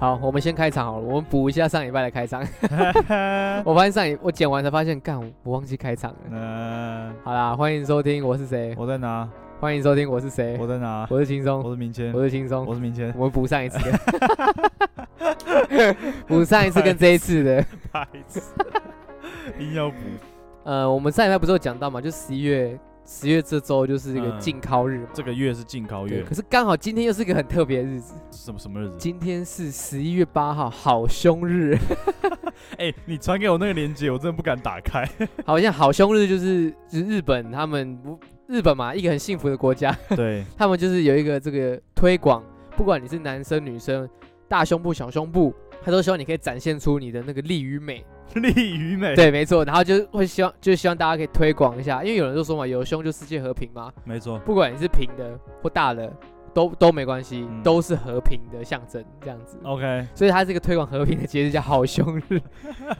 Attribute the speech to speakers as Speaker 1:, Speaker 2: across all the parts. Speaker 1: 好，我们先开场好了，我们补一下上礼拜的开 场。我发现上一我剪完才发现，干，我忘记开场了。
Speaker 2: 嗯，
Speaker 1: 好啦，欢迎收听，我是谁？
Speaker 2: 我在哪？
Speaker 1: 欢迎收听，我是谁？
Speaker 2: 哎我在哪？
Speaker 1: 我是轻松，
Speaker 2: 我是明谦，
Speaker 1: 我是轻松。
Speaker 2: 我是明谦，
Speaker 1: 我们补上一 次的，补上一次跟这一次 的。
Speaker 2: 白痴，硬要补。
Speaker 1: 呃，我们上礼拜不是有讲到嘛，就十一月，十月这周就是一个
Speaker 2: 嗯
Speaker 1: 禁考日嘛。
Speaker 2: 这个月是禁考
Speaker 1: 对，
Speaker 2: 月
Speaker 1: 可，是刚好今天又是一个很特别的日子，
Speaker 2: 什么什么日子？
Speaker 1: 今天是十一月八号，好凶日，
Speaker 2: 哎，你传给我那个链接，我真的不敢打开。
Speaker 1: 好像好凶日就是就是日本他们不日本嘛，一个很幸福的国家，
Speaker 2: 对，
Speaker 1: 他们就是有一个这个推广，不管你是男生女生，大胸部小胸部，他都希望你可以展现出你的那个力与美。
Speaker 2: 利于美，，
Speaker 1: 对，没错，然后就会希望就希望大家可以推广一下，因为有人就说嘛，有胸就世界和平嘛，
Speaker 2: 没错，
Speaker 1: 不管你是平的或大的，都都没关系，
Speaker 2: 嗯哦
Speaker 1: 都是和平的象征，这样子。
Speaker 2: OK，
Speaker 1: 所以它是一个推广和平的节日，叫好胸 日。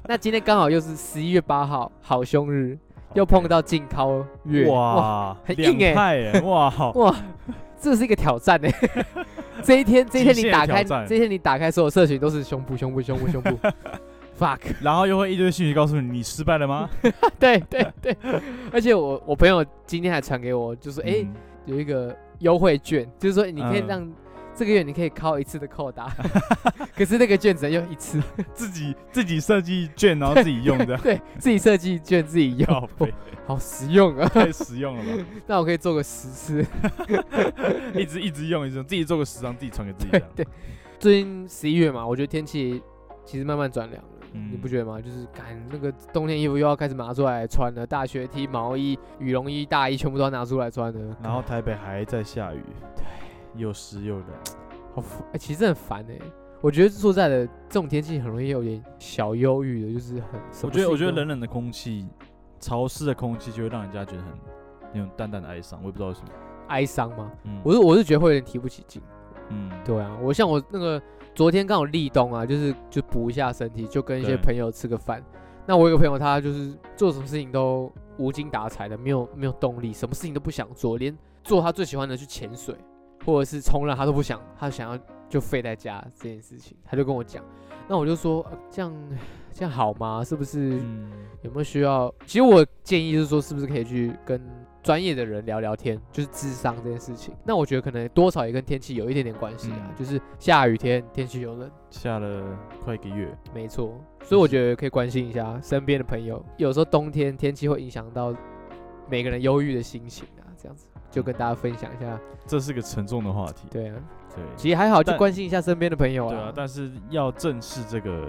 Speaker 1: 那今天刚好又是十一月八号，好胸日，又碰到禁靠月，
Speaker 2: 哇，
Speaker 1: 很
Speaker 2: 两
Speaker 1: 硬哎
Speaker 2: 派哎，哇，好
Speaker 1: 哇，这是一个挑战呢、 这一天，这一天
Speaker 2: 极
Speaker 1: 你
Speaker 2: 限
Speaker 1: 打开，
Speaker 2: 挑战
Speaker 1: 这一天你打开所有社群都是胸部、 胸部、胸部、胸部，fuck，
Speaker 2: 然后又会一堆信息告诉你你失败了吗？
Speaker 1: 对对对。而且我我朋友今天还传给我，就说哎、诶
Speaker 2: 嗯
Speaker 1: 有一个优惠券，就是说你可以
Speaker 2: 嗯
Speaker 1: 让、这个月你可以靠一次的扣打， 可是那个券只能用一次，，
Speaker 2: 自己自己设计券，然后自己用的
Speaker 1: 对自己设计券自己用，
Speaker 2: 靠背
Speaker 1: 好实用啊！
Speaker 2: 太实用了 吧？
Speaker 1: 那我可以做个十次。
Speaker 2: 一直一直用，一直用，自己做个十张，自己传给自己这样。
Speaker 1: 对，最近十一月嘛，我觉得天气其实慢慢转凉了，
Speaker 2: 嗯
Speaker 1: 你不觉得吗？就是赶那个冬天衣服又要开始拿出来穿了，大学 T、毛衣、羽绒衣、大衣全部都要拿出来穿了，
Speaker 2: 然后台北还在下雨，对，又湿又冷。
Speaker 1: 好烦、哎其实很烦哎、我觉得说实在的，这种天气很容易有点小忧郁的，就是很。什
Speaker 2: 我
Speaker 1: 么
Speaker 2: 觉
Speaker 1: 事
Speaker 2: 得，我觉得
Speaker 1: 情都
Speaker 2: 冷冷的空气、潮湿的空气就会让人家觉得很那种淡淡的哀伤。我也不知道为什么。
Speaker 1: 哀伤嘛，
Speaker 2: 嗯，
Speaker 1: 我是我是觉得会有点提不起劲。
Speaker 2: 嗯，
Speaker 1: 对啊，我像我那个昨天刚好立冬啊，就是就补一下身体，就跟一些
Speaker 2: 对
Speaker 1: 朋友吃个饭。那我有个朋友，他就是做什么事情都无精打采的，没有没有动力，什么事情都不想做，连做他最喜欢的去潜水或者是冲浪，他都不想，他想要就废在家这件事情，他就跟我讲。那我就说、呃这样这样好吗？是不是
Speaker 2: 嗯，
Speaker 1: 有没有需要？其实我建议就是说，是不是可以去跟专业的人聊聊天，就是智商这件事情。那我觉得可能多少也跟天气有一点点关系啊，
Speaker 2: 嗯
Speaker 1: 就是下雨天天气又冷，
Speaker 2: 下了快一个月，
Speaker 1: 没错。所以我觉得可以关心一下身边的朋友。有时候冬天天气会影响到每个人忧郁的心情啊，这样子就跟大家分享一下。
Speaker 2: 这是个沉重的话题。
Speaker 1: 对啊，
Speaker 2: 对，
Speaker 1: 其实还好，就
Speaker 2: 但
Speaker 1: 关心一下身边的朋友
Speaker 2: 对啊，但是要正视这个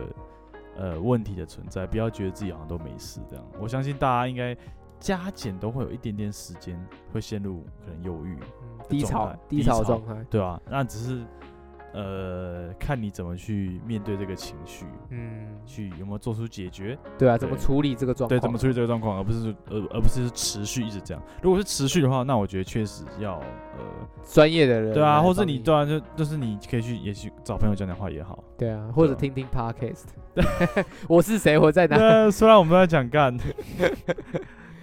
Speaker 2: 呃问题的存在，不要觉得自己好像都没事这样。我相信大家应该加减都会有一点点时间会陷入可能忧郁，
Speaker 1: 嗯低
Speaker 2: 状
Speaker 1: 潮
Speaker 2: 态
Speaker 1: 低
Speaker 2: 啊低
Speaker 1: 潮
Speaker 2: 潮
Speaker 1: 状态，
Speaker 2: 对啊，那只是呃看你怎么去面对这个情绪，
Speaker 1: 嗯，
Speaker 2: 去有没有做出解决。
Speaker 1: 对啊，怎么
Speaker 2: 对
Speaker 1: 处理这个状
Speaker 2: 对，
Speaker 1: 况？
Speaker 2: 怎么处理这个状况，而不是呃，而不是持续一直这样。如果是持续的话，那我觉得确实要呃，
Speaker 1: 专业的人
Speaker 2: 对啊，
Speaker 1: 来
Speaker 2: 或者
Speaker 1: 帮
Speaker 2: 你对啊，就就是你可以去，也许找朋友讲讲话也好。
Speaker 1: 对啊，或者
Speaker 2: 对啊
Speaker 1: 听听 podcast。我是谁？我在哪？
Speaker 2: 那虽然我们都在讲干，啊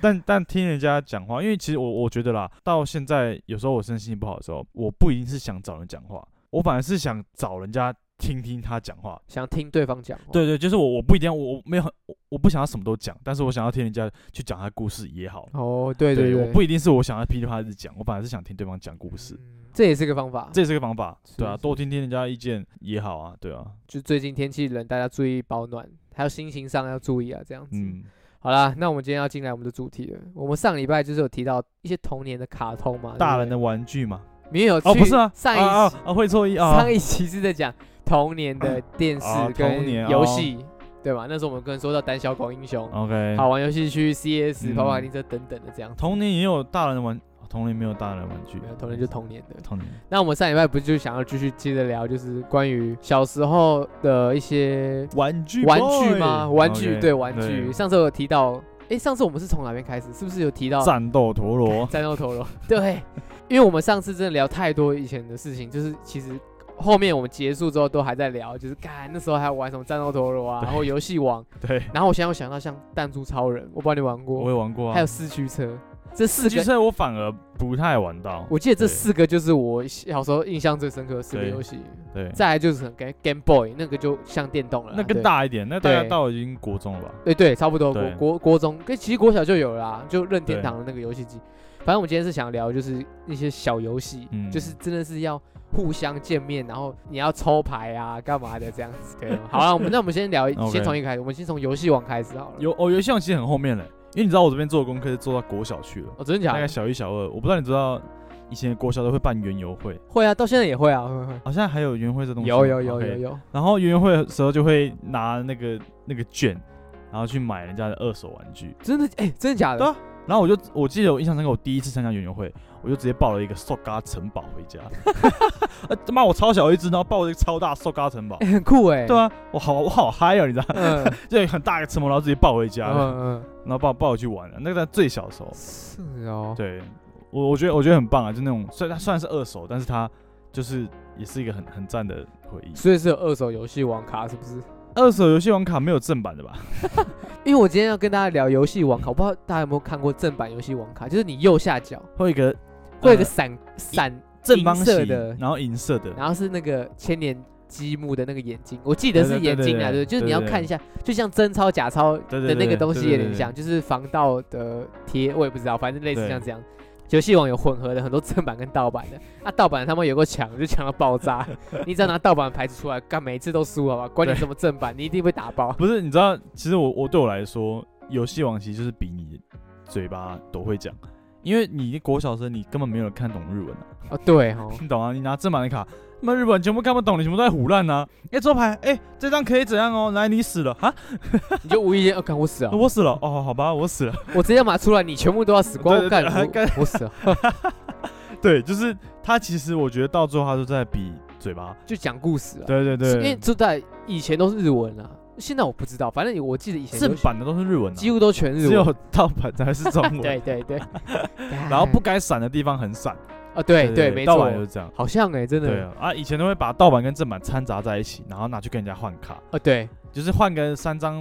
Speaker 2: 但但听人家讲话，因为其实我我觉得啦，到现在有时候我真的心情不好的时候，我不一定是想找人讲话，我反而是想找人家听听他讲话。
Speaker 1: 想听对方讲话。
Speaker 2: 对对，就是我我不一定要我我没有很我我不想要什么都讲，但是我想要听人家去讲他故事也好。
Speaker 1: 哦，对
Speaker 2: 对
Speaker 1: 对，
Speaker 2: 我不一定是我想要噼里啪啦一直讲，我反而是想听对方讲故事。
Speaker 1: 嗯这也是个方法。
Speaker 2: 这也是个方法，对啊，
Speaker 1: 是
Speaker 2: 多听听人家意见也好啊，对啊，
Speaker 1: 就最近天气冷，大家注意保暖，还有心情上要注意啊，这样子。
Speaker 2: 嗯，
Speaker 1: 好啦，那我们今天要进来我们的主题了。我们上礼拜就是有提到一些童年的卡通嘛，
Speaker 2: 大
Speaker 1: 对
Speaker 2: 人
Speaker 1: 不
Speaker 2: 的
Speaker 1: 对
Speaker 2: 玩具嘛，
Speaker 1: 没有
Speaker 2: 哦，
Speaker 1: 呃去
Speaker 2: 不是啊，
Speaker 1: 上一
Speaker 2: 啊啊啊会错意啊，
Speaker 1: 上一期是在讲童年的电视
Speaker 2: 啊童
Speaker 1: 跟
Speaker 2: 年
Speaker 1: 游
Speaker 2: 哦
Speaker 1: 戏，对吧？那时候我们跟人说到胆小狗英雄，
Speaker 2: OK，
Speaker 1: 好，玩游戏区、CS、
Speaker 2: 嗯
Speaker 1: 跑跑卡丁车等等的这样子。
Speaker 2: 童年也有大人的玩，童年没有大人的玩具
Speaker 1: 没有，童年就童年的。
Speaker 2: 童年，
Speaker 1: 那我们上礼拜不就想要继续接着聊，就是关于小时候的一些
Speaker 2: 玩具
Speaker 1: 玩具吗？
Speaker 2: boy 哦
Speaker 1: 玩具
Speaker 2: OK，
Speaker 1: 对玩具。上次有提到，诶，上次我们是从哪边开始？是不是有提到
Speaker 2: 战斗 陀螺，
Speaker 1: 战斗陀螺？对，因为我们上次真的聊太多以前的事情，就是其实后面我们结束之后都还在聊，就是干那时候还玩什么战斗陀螺啊，
Speaker 2: 对
Speaker 1: 然后游戏王，
Speaker 2: 对，
Speaker 1: 然后我现在又想到像弹珠超人，我不知道你玩过，
Speaker 2: 我也玩过啊，
Speaker 1: 还有四驱车，这四
Speaker 2: 其
Speaker 1: 个，
Speaker 2: 实我反而不太玩到。
Speaker 1: 我记得这
Speaker 2: 对
Speaker 1: 四个就是我小时候印象最深刻的四个
Speaker 2: 对
Speaker 1: 游戏。
Speaker 2: 对，
Speaker 1: 再来就是很 Game Game Boy 那个就像电动了啦，
Speaker 2: 那更
Speaker 1: 对。
Speaker 2: 大一点，那大概
Speaker 1: 对
Speaker 2: 到已经国中了吧？
Speaker 1: 对对，差不多国
Speaker 2: 对
Speaker 1: 国国中，跟其实国小就有了啦，就任天
Speaker 2: 对
Speaker 1: 堂的那个游戏机。反正我们今天是想聊，就是一些小游戏，
Speaker 2: 嗯
Speaker 1: 就是真的是要互相见面，然后你要抽牌啊，干嘛的这样 子。对，好了，我们那我们先聊，
Speaker 2: OK
Speaker 1: 先从一个开始，我们先从游戏王开始好了。
Speaker 2: 有哦，游戏王其实很后面嘞，因为你知道我这边做的功课是做到国小去了，
Speaker 1: 哦，真的假
Speaker 2: 大概
Speaker 1: 的？
Speaker 2: 小一、小二。我不知道你知道，以前国小都会办园游会，
Speaker 1: 会啊，到现在也会啊，会会
Speaker 2: 好像还有园游会这东
Speaker 1: 会。
Speaker 2: 西。啊
Speaker 1: 有有有
Speaker 2: OK
Speaker 1: 有有，
Speaker 2: 然后园游会的时候就会拿那个那个券，然后去买人家的二手玩具。
Speaker 1: 真的哎，真的假
Speaker 2: 对
Speaker 1: 的
Speaker 2: 啊？然后我就我记得我印象深刻，我第一次参加园游会，我就直接抱了一个塑嘎城堡回家。 呃他妈、我超小一只，然后抱了一个超大塑嘎 城堡
Speaker 1: 哎，。很酷哎。
Speaker 2: 对，啊，我好我好嗨哦，你知道，
Speaker 1: 嗯
Speaker 2: 就很大一个城堡，然后自己抱回家，
Speaker 1: 嗯
Speaker 2: 然后抱抱我去玩了。那个在最小的时候
Speaker 1: 嗯，，是哦。
Speaker 2: 对我我觉得我觉得很棒啊，就那种虽然它虽然是二手，但是它就是也是一个很很赞的回忆。
Speaker 1: 所以是有二手游戏王卡是不是？
Speaker 2: 二手游戏王卡没有正版的吧？
Speaker 1: 因为我今天要跟大家聊游戏王卡，我不知道大家有没有看过正版游戏王卡，就是你右下角
Speaker 2: 会有一个
Speaker 1: 会有一个
Speaker 2: 呃
Speaker 1: 闪闪，
Speaker 2: 正方
Speaker 1: 银色
Speaker 2: 形
Speaker 1: 的
Speaker 2: 然后银色的，
Speaker 1: 然后是那个千年积木的那个眼睛，我记得是
Speaker 2: 对对
Speaker 1: 眼
Speaker 2: 对
Speaker 1: 睛啊，
Speaker 2: 对
Speaker 1: 对，
Speaker 2: 对
Speaker 1: 就是你要看一下，就像真钞假钞
Speaker 2: 对
Speaker 1: 的
Speaker 2: 对对
Speaker 1: 那个东西
Speaker 2: 对对
Speaker 1: 有
Speaker 2: 对
Speaker 1: 点像，就是防盗的贴，我也不知道，反正类似
Speaker 2: 对
Speaker 1: 像这样。游戏王有混合的很多正版跟盗版的， 啊，盗版他们有个抢就抢到爆 炸，你只要拿盗版的牌子出来，干每一次都输好吧，管你
Speaker 2: 对
Speaker 1: 什么正版，你一定被打爆。
Speaker 2: 不是，你知道，其实我我对我来说，游戏王其实就是比你嘴巴都会讲，因为你国小生你根本没有人看懂日文、啊，
Speaker 1: 哦，对哦，
Speaker 2: 你懂啊？你拿正版的卡，那日本全部看不懂，你全部都在胡乱啊！哎、这周牌，哎、这张可以怎样哦？来，你死了哈、
Speaker 1: 你就无意间，哦，看我死了，
Speaker 2: 我死了哦，好吧，我死了。
Speaker 1: 我直接码出来，你全部都要死光，我
Speaker 2: 对对
Speaker 1: 干
Speaker 2: 对
Speaker 1: 我
Speaker 2: 干
Speaker 1: 我死了，
Speaker 2: 对，就是他，其实我觉得到最后他都在比嘴巴。
Speaker 1: 就讲故事了。
Speaker 2: 对对
Speaker 1: 是因为
Speaker 2: 对，
Speaker 1: 这代以前都是日文啊，现在我不知道，反正我记得以前都
Speaker 2: 正版的都是日文、啊，
Speaker 1: 几乎都全日
Speaker 2: 只有
Speaker 1: 文，
Speaker 2: 盗版才是中文。
Speaker 1: 对，对对，
Speaker 2: 然后不该闪的地方很闪。
Speaker 1: 啊，对对，没
Speaker 2: 盗
Speaker 1: 错
Speaker 2: 版，就是这样。
Speaker 1: 好像哎，真
Speaker 2: 对
Speaker 1: 的，
Speaker 2: 啊，啊，以前都会把盗版跟正版掺杂在一起，然后拿去跟人家换卡，
Speaker 1: 哦对，
Speaker 2: 就是换个三张，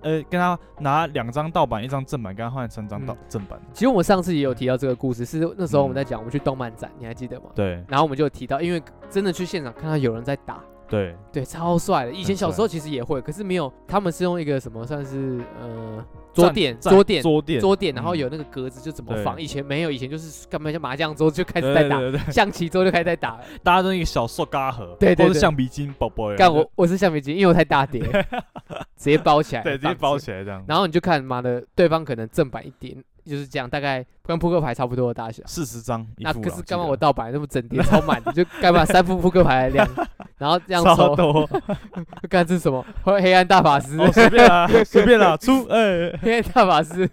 Speaker 2: 呃，跟他拿两张盗版，一张正版，跟他换三张盗正版。
Speaker 1: 其实我们上次也有提到这个故事，是那时候
Speaker 2: 嗯
Speaker 1: 我们在讲我们去动漫展，你还记得吗？
Speaker 2: 对
Speaker 1: 然后我们就有提到，因为真的去现场看到有人在打，
Speaker 2: 对，
Speaker 1: 对，超帅的。以前
Speaker 2: 很
Speaker 1: 小
Speaker 2: 帅
Speaker 1: 时候其实也会，可是没有，他们是用一个什么算是呃桌
Speaker 2: 站
Speaker 1: 垫
Speaker 2: 站
Speaker 1: 桌垫
Speaker 2: 桌垫
Speaker 1: 桌垫，然后
Speaker 2: 嗯
Speaker 1: 有那个格子就怎么放。
Speaker 2: 对
Speaker 1: 以前没有，以前就是干嘛像麻将桌就开始
Speaker 2: 对
Speaker 1: 在
Speaker 2: 对
Speaker 1: 打，
Speaker 2: 对对，对
Speaker 1: 象棋桌就开始在打。
Speaker 2: 大家都一个小塑胶盒，
Speaker 1: 对对
Speaker 2: 或是
Speaker 1: 对
Speaker 2: 橡皮筋宝宝。
Speaker 1: 干我我是橡皮筋，因为我太大叠， 直接包起来，
Speaker 2: 对，直接包起
Speaker 1: 来。
Speaker 2: 来这样，
Speaker 1: 然后你就看妈的，对方可能正版一点，就是这样，大概跟扑克牌差不多的大小。
Speaker 2: 四十张一
Speaker 1: 那
Speaker 2: 副啦。
Speaker 1: 可是
Speaker 2: 啊记
Speaker 1: 干嘛
Speaker 2: 得
Speaker 1: 我盗版那么整叠超满，就干嘛三副扑克牌来量，然后这样抽，
Speaker 2: 超多，
Speaker 1: 干这是什么？黑暗大法师，
Speaker 2: 哦，随便啦，随便啦，出哎，
Speaker 1: 黑暗大法师。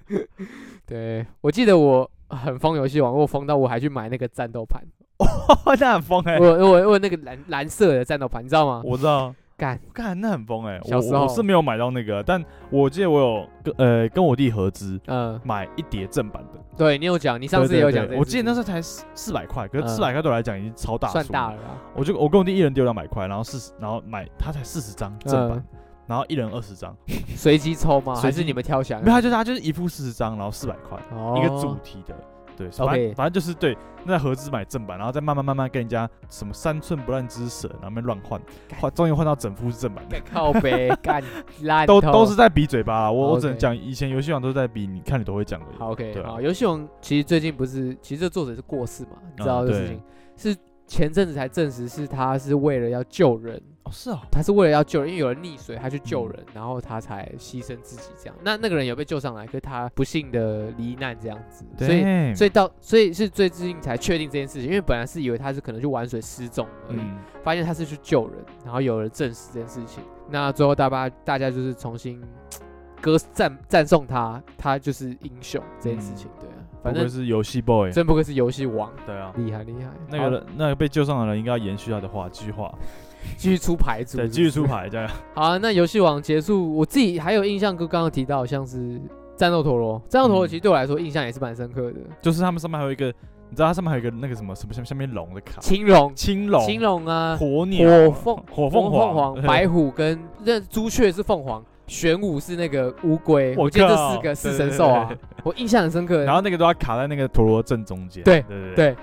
Speaker 1: 对，我记得我很疯游戏王，我疯到我还去买那个战斗盘，
Speaker 2: 那很疯哎
Speaker 1: 我，我我那个蓝蓝色的战斗盘，你知道吗？
Speaker 2: 我知道。
Speaker 1: 干，
Speaker 2: 干，那很疯哎、我
Speaker 1: 小时候
Speaker 2: 我是没有买到那个，啊但我记得我有跟呃跟我弟合资
Speaker 1: 嗯，
Speaker 2: 买一叠正版的。
Speaker 1: 对你有讲，你上次也有讲这件事
Speaker 2: 对对对
Speaker 1: 情，
Speaker 2: 我记得那时候才四四百块，可是
Speaker 1: 嗯
Speaker 2: 四百块对我来讲已经超大，
Speaker 1: 算大。了啦，
Speaker 2: 我就我跟我弟一人丢两百块，然后四十，然后买他才四十张正
Speaker 1: 嗯
Speaker 2: 版，然后一人二十张，
Speaker 1: 随机抽吗？
Speaker 2: 随
Speaker 1: 还
Speaker 2: 机
Speaker 1: 是你们挑选
Speaker 2: 没有？他就是他就是一副四十张，然后四百块
Speaker 1: 哦
Speaker 2: 一个主题的。对，反正
Speaker 1: OK
Speaker 2: 反正就是对，那合资买正版，然后再慢慢慢慢跟人家什么三寸不烂之舌，然后那边乱换，
Speaker 1: 干
Speaker 2: 换终于换到整副是正版的
Speaker 1: 干。靠呗， 干烂
Speaker 2: 都
Speaker 1: 透
Speaker 2: 都是在比嘴巴啦。我我只能
Speaker 1: OK
Speaker 2: 讲，以前游戏王都是在比，你看你都会讲的。
Speaker 1: 好 OK
Speaker 2: 对啊
Speaker 1: 好。游戏王其实最近不是，其实这作者是过世嘛，你知道
Speaker 2: 嗯
Speaker 1: 这事情是前阵子才证实，是他是为了要救人，
Speaker 2: 哦，是哦，
Speaker 1: 他是为了要救人，因为有人溺水，他去
Speaker 2: 嗯
Speaker 1: 救人，然后他才牺牲自己这样。那那个人有被救上来，可是他不幸的罹难这样子，所以
Speaker 2: 对，
Speaker 1: 所以到所以是最近才确定这件事情，因为本来是以为他是可能去玩水失踪而已，
Speaker 2: 嗯，
Speaker 1: 发现他是去救人，然后有人证实这件事情。那最后大家大家就是重新呃歌赞赞颂他，他就是英雄这件事情。对啊，反
Speaker 2: 嗯不
Speaker 1: 正
Speaker 2: 愧是游戏 boy。
Speaker 1: 真不愧是游戏王，
Speaker 2: 对啊，
Speaker 1: 厉害厉害。
Speaker 2: 那个
Speaker 1: 好
Speaker 2: 人那个被救上的人应该要延续他的话，继续画，
Speaker 1: 继续出牌组，
Speaker 2: 对，继续出。牌这样。
Speaker 1: 好啊、那游戏王结束，我自己还有印象，跟刚刚提到像是战斗陀螺，战斗陀螺
Speaker 2: 嗯
Speaker 1: 其实对我来说印象也是蛮深刻的。
Speaker 2: 就是他们上面还有一个，你知道它上面还有一个那个什么什么下下面龙的卡，
Speaker 1: 青龙，
Speaker 2: 青龙，
Speaker 1: 青龙啊，
Speaker 2: 火鸟，
Speaker 1: 火凤
Speaker 2: 火凤凰，
Speaker 1: 白虎跟那朱雀是凤凰，玄武是那个乌龟，
Speaker 2: 我
Speaker 1: 我记得这
Speaker 2: 靠
Speaker 1: 四个四
Speaker 2: 对
Speaker 1: 神
Speaker 2: 对
Speaker 1: 兽啊
Speaker 2: 对，
Speaker 1: 我印象很深刻。
Speaker 2: 然后那个都要卡在那个陀螺正中间。
Speaker 1: 对
Speaker 2: 对对
Speaker 1: 对，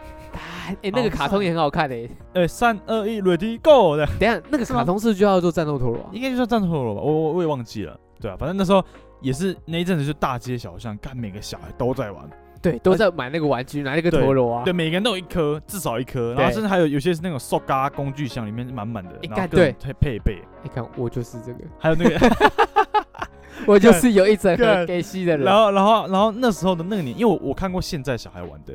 Speaker 1: 哎、诶那个
Speaker 2: 好
Speaker 1: 卡通也很好看诶、
Speaker 2: 哎，三二一，ready go 的，
Speaker 1: 等一下那个
Speaker 2: 是吗
Speaker 1: 卡通是不是就叫做战斗陀螺啊、
Speaker 2: 应该就叫战陀螺吧？我我我也忘记了。对啊，反正那时候也是那一阵子，就大街小巷，看每个小孩都在玩，
Speaker 1: 对，都在买那个玩具，拿那个
Speaker 2: 对
Speaker 1: 陀螺啊
Speaker 2: 对，。每个人都有一颗，至少一颗，然后
Speaker 1: 对
Speaker 2: 甚至还有有些是那种塑嘎工具箱，里面是满满的，
Speaker 1: 哎
Speaker 2: 然后
Speaker 1: 干
Speaker 2: 各种配配备，
Speaker 1: 你哎看，我就是这个，
Speaker 2: 还有 那个，
Speaker 1: 我就是有一整盒
Speaker 2: 干
Speaker 1: gay 西的人。
Speaker 2: 然后然后然后那时候的那个年，因为我我看过现在小孩玩的，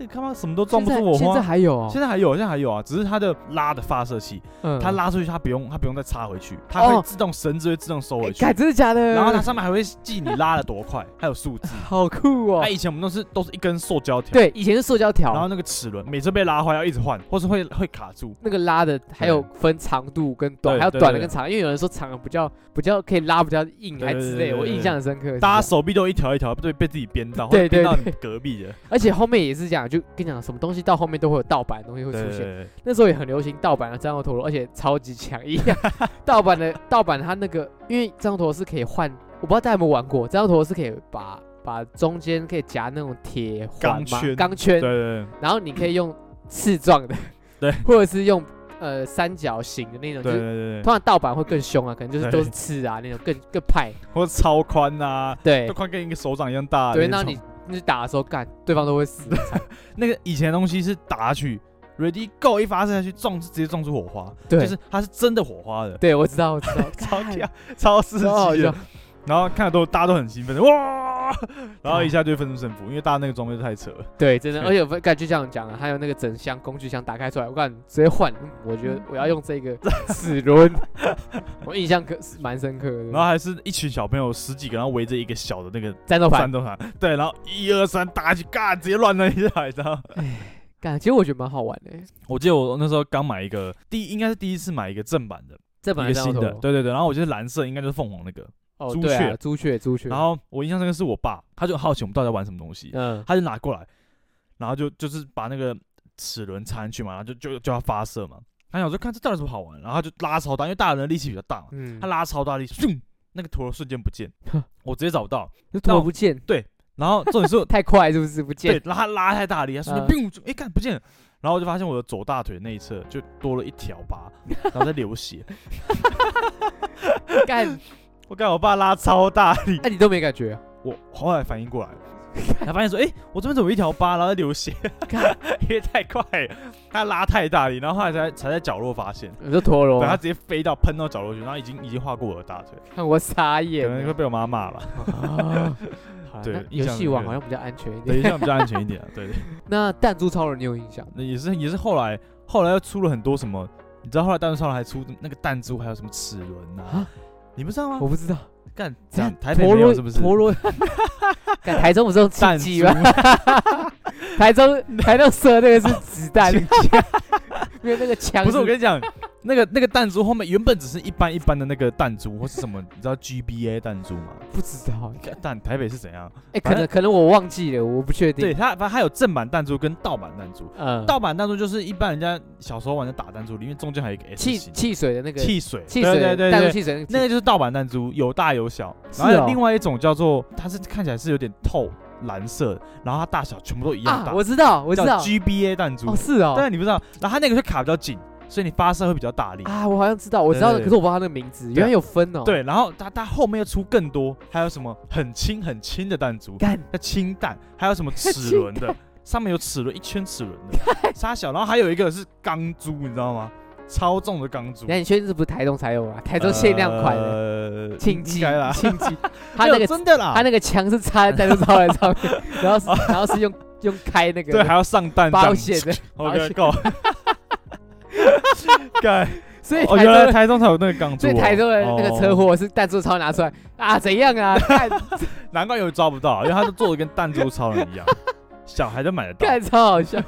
Speaker 2: 那个他妈什么都装
Speaker 1: 现在
Speaker 2: 不住我
Speaker 1: 现在
Speaker 2: 花。
Speaker 1: 还有、哦，
Speaker 2: 现在还有，现在还有啊，只是它的拉的发射器，
Speaker 1: 嗯
Speaker 2: 它拉出去，它不用，它不用再插回去，它会
Speaker 1: 哦
Speaker 2: 自动绳子会自动收回去，
Speaker 1: 看哎真的假的？
Speaker 2: 然后它上面还会记你拉的多快，还有 数字。
Speaker 1: 好酷哦
Speaker 2: 它！以前我们都是都是一根塑胶条，
Speaker 1: 对，以前是塑胶
Speaker 2: 哎然后
Speaker 1: 条，
Speaker 2: 那个齿轮每次被拉坏要一直换，或是会会卡住。
Speaker 1: 那个拉的还有分长度跟短，
Speaker 2: 对
Speaker 1: 还有
Speaker 2: 对
Speaker 1: 短的
Speaker 2: 对
Speaker 1: 跟长，因为有人说长的比较比较可以拉比较硬
Speaker 2: 对
Speaker 1: 还
Speaker 2: 对
Speaker 1: 之
Speaker 2: 对
Speaker 1: 类，
Speaker 2: 对
Speaker 1: 我
Speaker 2: 对
Speaker 1: 印
Speaker 2: 对
Speaker 1: 象很深刻。
Speaker 2: 大家
Speaker 1: 是
Speaker 2: 手臂都一条一条被被自己编到，
Speaker 1: 对
Speaker 2: 会编
Speaker 1: 对
Speaker 2: 到你
Speaker 1: 对
Speaker 2: 隔壁的。
Speaker 1: 这样，而且后面也是这样，就跟你讲，什么东西到后面都会有盗版的东西会
Speaker 2: 对
Speaker 1: 出
Speaker 2: 对
Speaker 1: 现。
Speaker 2: 对，
Speaker 1: 那时候也很流行盗版的战斗陀螺，而且超级强硬。 盗版的盗版它那个，因为战斗陀螺是可以换，我不知道大家有没有玩过，战斗陀螺是可以把把中间可以夹那种铁环
Speaker 2: 钢
Speaker 1: 嘛
Speaker 2: 圈
Speaker 1: 钢圈
Speaker 2: 对，对
Speaker 1: 然后你可以用刺状的，
Speaker 2: 对，
Speaker 1: 或者是用呃三角形的那种，
Speaker 2: 对
Speaker 1: 就
Speaker 2: 对
Speaker 1: 是
Speaker 2: 对 对，
Speaker 1: 通常盗版会更凶啊，可能就是
Speaker 2: 对
Speaker 1: 都是刺啊那种 更更派，
Speaker 2: 或者超宽呐，
Speaker 1: 对
Speaker 2: 都快跟一个手掌一样大的
Speaker 1: 对，
Speaker 2: 那
Speaker 1: 那
Speaker 2: 种。
Speaker 1: 你你打的时候干，对方都会 死，
Speaker 2: 那个以前的东西是打下去，ready go 一发射下去撞，直接撞出火花，
Speaker 1: 对，
Speaker 2: 就是它是真的火花的，
Speaker 1: 对我知道我知道，
Speaker 2: 超
Speaker 1: 干
Speaker 2: 跳超刺
Speaker 1: 超好
Speaker 2: 激
Speaker 1: 笑
Speaker 2: 的。，然后看的都大家都很兴奋，哇！然后
Speaker 1: 啊
Speaker 2: 一下就分出胜负，因为大家那个装备太扯了。
Speaker 1: 对，真的，
Speaker 2: 对
Speaker 1: 而且我感觉这样讲了，还有那个整箱工具箱打开出来，我看直接换，嗯我觉得我要用这个齿 轮，我印象可蛮深刻
Speaker 2: 然后
Speaker 1: 的，
Speaker 2: 还是一群小朋友十几个，然后围着一个小的那个
Speaker 1: 战斗
Speaker 2: 战
Speaker 1: 盘，
Speaker 2: 斗场，对，然后一二三打起，干直接乱了一下，你知道吗？
Speaker 1: 感觉我觉得蛮好玩的，
Speaker 2: 我记得我那时候刚买一个，第一应该是第一次买一个正版的，
Speaker 1: 这
Speaker 2: 一
Speaker 1: 本来
Speaker 2: 个
Speaker 1: 战
Speaker 2: 新
Speaker 1: 斗
Speaker 2: 的，
Speaker 1: 陀螺
Speaker 2: 对对对。然后我觉得蓝色应该就是凤凰那个，
Speaker 1: 哦，
Speaker 2: 朱
Speaker 1: 对啊
Speaker 2: 雀
Speaker 1: 朱雀朱雀，
Speaker 2: 然后我印象深刻是我爸，他就好奇我们到底在玩什么东西，
Speaker 1: 嗯，
Speaker 2: 他就拿过来，然后就就是把那个齿轮插进去嘛，然后就就就要发射嘛。他想说看这到底有什么好玩，然后他就拉超大，因为大人的力气比较大嘛，
Speaker 1: 嗯
Speaker 2: 他，拉超大力，咻，那个陀螺瞬间不见
Speaker 1: 哼，
Speaker 2: 我直接找不到。
Speaker 1: 就突然不见，
Speaker 2: 然后重点是我，
Speaker 1: 太快 是不是不
Speaker 2: 对
Speaker 1: 见？，
Speaker 2: 然后他拉太大力，他瞬
Speaker 1: 嗯
Speaker 2: 间砰，就哎看不见了。然后我就发现我的左大腿那一侧就多了一条疤，然后在流血。
Speaker 1: 干，
Speaker 2: 我看我爸拉超大力，
Speaker 1: 那你都没感 觉啊？
Speaker 2: 我后来反应过来，才发现说，哎、我这边怎么有一条疤，然后在流血，因为太快了，他拉太大力，然后后来才才在角落发现，
Speaker 1: 你说陀螺
Speaker 2: 对，他
Speaker 1: 啊，
Speaker 2: 直接飞到喷到角落去，然后已经已经划过我的大腿，
Speaker 1: 看 我傻
Speaker 2: 可
Speaker 1: 眼
Speaker 2: 能会
Speaker 1: 了。
Speaker 2: 被我妈 骂吧，
Speaker 1: 啊好啦
Speaker 2: 对
Speaker 1: 那
Speaker 2: 印
Speaker 1: 游
Speaker 2: 象
Speaker 1: 戏
Speaker 2: 深
Speaker 1: 王
Speaker 2: 刻
Speaker 1: 好像比较安全一
Speaker 2: 对，
Speaker 1: 点。
Speaker 2: 这样比较安全一点、啊，对，
Speaker 1: 那弹珠超人你有印象吗？
Speaker 2: 那也是也是后来后来又出了很多什么，你知道后来弹珠上来还出那个弹珠，还有什么齿轮啊
Speaker 1: 啊，
Speaker 2: 你不知道吗？
Speaker 1: 我不知道。
Speaker 2: 干
Speaker 1: 怎样
Speaker 2: 讲台北
Speaker 1: 陀
Speaker 2: 没
Speaker 1: 螺
Speaker 2: 有是不是？
Speaker 1: 陀螺， 干台中不是用
Speaker 2: 弹
Speaker 1: 气
Speaker 2: 珠
Speaker 1: 机吗？ 台中台中射那个是子 弹，没有那个枪。
Speaker 2: 不是我跟你讲，那个那个弹珠后面原本只是一般一般的那个弹珠或是什么，你知道 GBA 弹珠吗？
Speaker 1: 不知道，
Speaker 2: 但台北是怎样？
Speaker 1: 哎，可
Speaker 2: 反正
Speaker 1: 能可能我忘记了，我不确
Speaker 2: 对
Speaker 1: 定。
Speaker 2: 它，反正它有正版弹珠跟盗版弹珠。
Speaker 1: 嗯，
Speaker 2: 盗版弹珠就是一般人家小时候玩的打弹珠，里面中间还有一个 S
Speaker 1: 汽
Speaker 2: 型
Speaker 1: 汽水的那个
Speaker 2: 汽水，
Speaker 1: 汽
Speaker 2: 对
Speaker 1: 水
Speaker 2: 对
Speaker 1: 弹珠
Speaker 2: 对对，
Speaker 1: 汽水
Speaker 2: 那
Speaker 1: 个
Speaker 2: 个就是盗版弹珠，有大有小。
Speaker 1: 是
Speaker 2: 然后还
Speaker 1: 哦
Speaker 2: 有另外一种叫做，它是看起来是有点透蓝色的，然后它大小全部都一样
Speaker 1: 啊，
Speaker 2: 大，
Speaker 1: 我知道我知
Speaker 2: 叫
Speaker 1: 道，
Speaker 2: GBA 弹珠
Speaker 1: 哦。是哦，
Speaker 2: 但你不知道，然后它那个就卡比较紧，所以你发射会比较大力。
Speaker 1: 啊，我好像知道，我知道，
Speaker 2: 对
Speaker 1: 可
Speaker 2: 对对
Speaker 1: 是我不知道它那个名字，
Speaker 2: 对
Speaker 1: 原来有分哦。，
Speaker 2: 对，然后它它后面又出更多，还有什么很轻很轻的弹珠，
Speaker 1: 干
Speaker 2: 那氢弹，还有什么齿轮的，上面有齿轮一圈齿轮的，沙小，然后还有一个是钢珠，你知道吗？超重的钢珠
Speaker 1: 那，你确定是不是台中才有啊？台中限量款的，
Speaker 2: 呃，
Speaker 1: 庆
Speaker 2: 应
Speaker 1: 记
Speaker 2: 该 啦，
Speaker 1: 庆 记，
Speaker 2: 没
Speaker 1: 他
Speaker 2: 有
Speaker 1: 那个
Speaker 2: 真的啊啦，
Speaker 1: 他那个枪是插在弹珠超人上面，然后是然后是用用开那个
Speaker 2: 对还要上弹
Speaker 1: 保
Speaker 2: 这
Speaker 1: 险
Speaker 2: 样
Speaker 1: 的，保
Speaker 2: ，OK
Speaker 1: 险
Speaker 2: 够。干，
Speaker 1: 所以
Speaker 2: 哦，
Speaker 1: 台
Speaker 2: 原
Speaker 1: 中
Speaker 2: 来
Speaker 1: 人，
Speaker 2: 台中才有那个钢珠
Speaker 1: 所
Speaker 2: 哦，
Speaker 1: 以台中人那个车
Speaker 2: 哦，
Speaker 1: 祸是弹珠超拿出来啊，怎样啊？ 干
Speaker 2: 难怪有抓不到，因为他都做的跟弹珠超 人一样，小孩都买得到，
Speaker 1: 干超好笑。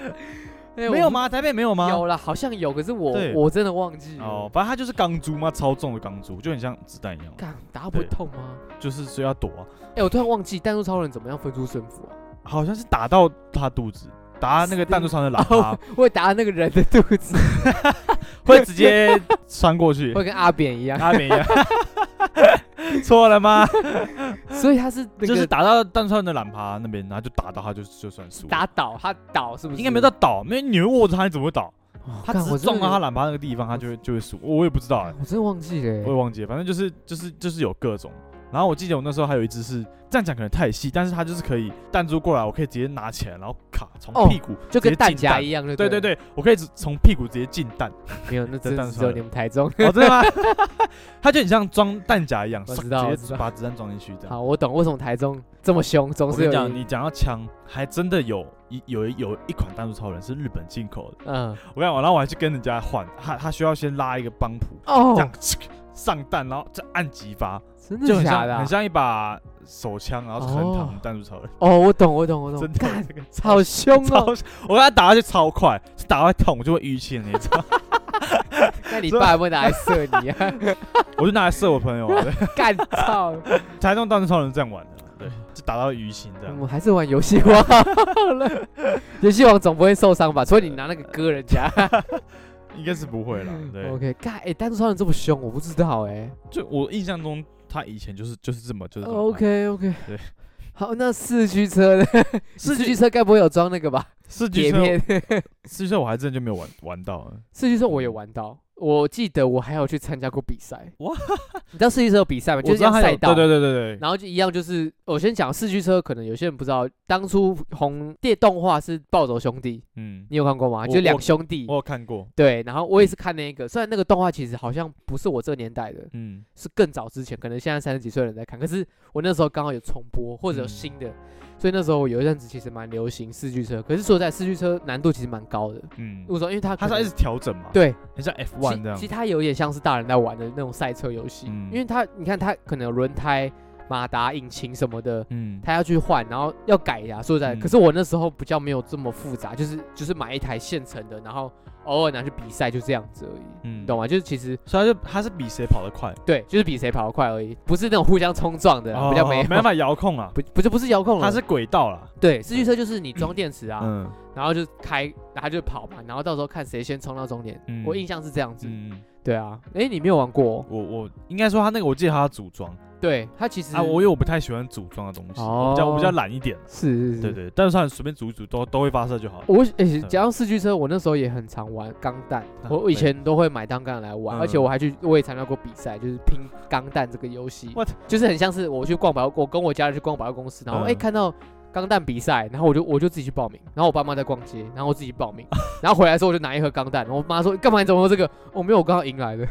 Speaker 1: 哎
Speaker 2: 没有？
Speaker 1: 我
Speaker 2: 吗？台北没有
Speaker 1: 不
Speaker 2: 吗？
Speaker 1: 有啦，好像有，可是我
Speaker 2: 对
Speaker 1: 我真的忘记了。
Speaker 2: 哦，反正它就是钢珠嘛，超重的钢珠，就很像子弹一样，
Speaker 1: 干打不会
Speaker 2: 对
Speaker 1: 痛吗？
Speaker 2: 就是所以要躲啊、
Speaker 1: 哎，我突然忘记弹珠超人怎么样分出胜负啊？
Speaker 2: 好像是打到他肚子，打那个弹珠上的喇叭
Speaker 1: 哦，， 我打那个人的肚子，
Speaker 2: 会直接穿过 去，
Speaker 1: 会跟阿扁一样。
Speaker 2: 阿美一样。 错了吗？
Speaker 1: 所以他是那
Speaker 2: 就是
Speaker 1: 个
Speaker 2: 打到蛋川的懒趴那边，然后就打到他就就算输了。
Speaker 1: 打倒他倒是不是？
Speaker 2: 应该没有到倒，没有你握着他你怎么会倒？
Speaker 1: 哦，
Speaker 2: 他
Speaker 1: 干
Speaker 2: 只
Speaker 1: 我
Speaker 2: 是
Speaker 1: 真
Speaker 2: 撞
Speaker 1: 的
Speaker 2: 到他懒趴那个地方，他就会就会输。我也不知道哎、
Speaker 1: 我真的忘记了欸、
Speaker 2: 我也忘记了，反正就是就是就是有各种。然后我记得我那时候还有一只是这样讲可能太细，但是它就是可以弹珠过来，我可以直接拿起来，然后卡从
Speaker 1: 哦
Speaker 2: 屁股、
Speaker 1: 就跟
Speaker 2: 直接
Speaker 1: 弹
Speaker 2: 进
Speaker 1: 夹一样，对
Speaker 2: 对
Speaker 1: 对
Speaker 2: 对，对，我可以直从屁股直接进蛋。
Speaker 1: 没有，那真的
Speaker 2: 蛋
Speaker 1: 只
Speaker 2: 出来
Speaker 1: 有
Speaker 2: 了
Speaker 1: 你们台中。
Speaker 2: 哦，真 的吗？它就很像装弹夹一样，
Speaker 1: 我
Speaker 2: 唰
Speaker 1: 知道我
Speaker 2: 直
Speaker 1: 知
Speaker 2: 接
Speaker 1: 道
Speaker 2: 把子弹装进去这样。
Speaker 1: 好，我懂为什么台中这么凶，总
Speaker 2: 我
Speaker 1: 是
Speaker 2: 跟
Speaker 1: 有
Speaker 2: 你讲，
Speaker 1: 一
Speaker 2: 你讲到枪，还真的有一有一有一款弹珠超人是日本进口的。
Speaker 1: 嗯
Speaker 2: 我跟你讲，然后我还去跟人家换，他他需要先拉一个帮谱，这
Speaker 1: 哦
Speaker 2: 样，上弹，然后再按几发，
Speaker 1: 真
Speaker 2: 就
Speaker 1: 的
Speaker 2: 很
Speaker 1: 假
Speaker 2: 像
Speaker 1: 的啊
Speaker 2: 很？像一把手枪，然后是横躺的弹珠超人，
Speaker 1: 哦，我懂，我懂，我懂
Speaker 2: 真，
Speaker 1: 干
Speaker 2: 的这个
Speaker 1: 好凶
Speaker 2: 超
Speaker 1: 哦！
Speaker 2: 我跟他打下去超快，是打到痛我就会淤青的那 种，
Speaker 1: 那你爸有没有拿来射你啊？
Speaker 2: 我就拿来射我朋友啊，对
Speaker 1: 干操！
Speaker 2: 台中弹珠超人这样玩的，对，
Speaker 1: 嗯
Speaker 2: 就打到淤青这
Speaker 1: 我
Speaker 2: 样。
Speaker 1: 们还是玩游戏王好了，游戏王总不会受伤吧？除非你拿那个割人家。
Speaker 2: 应该是不会啦。 对
Speaker 1: OK，干，哎，单独超人这么凶，我不知道哎。
Speaker 2: 就我印象中，他以前就是就是这么就是这么
Speaker 1: OK OK，
Speaker 2: 对。
Speaker 1: 好，那四驱车呢？四
Speaker 2: 驱
Speaker 1: 驱车该不会有装那个吧？
Speaker 2: 四驱
Speaker 1: 铁
Speaker 2: 车，
Speaker 1: 片。
Speaker 2: 四驱车我还真的就没有玩玩到啊。
Speaker 1: 四驱车我有玩到，我记得我还有去参加过比赛。
Speaker 2: 哇
Speaker 1: 哇，你知道四驱车有比赛吗？就
Speaker 2: 我
Speaker 1: 是
Speaker 2: 知道
Speaker 1: 像
Speaker 2: 他
Speaker 1: 赛
Speaker 2: 有，
Speaker 1: 道，
Speaker 2: 对对对对对，
Speaker 1: 然后就一样，就是我先讲四驱车，可能有些人不知道，当初红电动画是《暴走兄弟》，
Speaker 2: 嗯，
Speaker 1: 你有看过吗？
Speaker 2: 我
Speaker 1: 就两兄弟
Speaker 2: 我。有看过，
Speaker 1: 对，然后我也是看那个，虽然那个动画其实好像不是我这个年代的，
Speaker 2: 嗯，
Speaker 1: 是更早之前，可能现在三十几岁的人在看，可是我那时候刚好有重播或者有
Speaker 2: 嗯
Speaker 1: 新的，所以那时候有一阵子其实蛮流行四驱车，可是说实在四驱车难度其实蛮高的，
Speaker 2: 嗯，
Speaker 1: 我说因为它可
Speaker 2: 他是要
Speaker 1: 能
Speaker 2: 一直调整嘛，，
Speaker 1: 对
Speaker 2: 很像 F
Speaker 1: 其
Speaker 2: one 这样
Speaker 1: 其，实它有点像是大人在玩的那种赛车游戏，
Speaker 2: 嗯
Speaker 1: 因为它你看它可能有轮胎、马达、引擎什么的，
Speaker 2: 嗯，
Speaker 1: 它要去换，然后要改呀、说实在的，
Speaker 2: 嗯
Speaker 1: 可是我那时候比较没有这么复杂，就是就是买一台现成的，然后偶尔拿去比赛，就这样子而已，
Speaker 2: 嗯
Speaker 1: 你懂吗？就是其实
Speaker 2: 所以他就他是比谁跑得快，
Speaker 1: 对，就是比谁跑得快而已，不是那种互相冲撞的啦，
Speaker 2: 哦
Speaker 1: 啊比较没有
Speaker 2: 没办法遥控啊，
Speaker 1: 不不是不是遥控了，
Speaker 2: 他是轨道啦，
Speaker 1: 对四驱车就是你装电池啊，
Speaker 2: 嗯
Speaker 1: 然后就开，然后就跑嘛，然后到时候看谁先冲到终点，
Speaker 2: 嗯
Speaker 1: 我印象是这样子，
Speaker 2: 嗯，
Speaker 1: 对啊，哎、你没有玩过哦、
Speaker 2: 我我应该说他那个，我记得他的组装
Speaker 1: 对，它其实
Speaker 2: 啊，我因为我不太喜欢组装的东西，
Speaker 1: 哦
Speaker 2: 我比较我比较懒一点，
Speaker 1: 是是是，
Speaker 2: 对。对，但是他随便组一组都都会发射就好了，
Speaker 1: 我诶，讲、到四驱车，我那时候也很常玩钢弹，
Speaker 2: 啊
Speaker 1: 我我以前都会买钢弹来玩，
Speaker 2: 嗯
Speaker 1: 而且我还去我也参加过比赛，就是拼钢弹这个游戏
Speaker 2: What？
Speaker 1: 就是很像是我去逛百货，我跟我家人去逛百货公司，然后
Speaker 2: 嗯
Speaker 1: 诶看到钢弹比赛，然后我就我就自己去报名，然后我爸妈在逛街，然后我自己报 名，然后回来的时候我就拿一盒钢弹，然后我妈说干嘛你怎么有这个？我、没有，我刚好赢来的，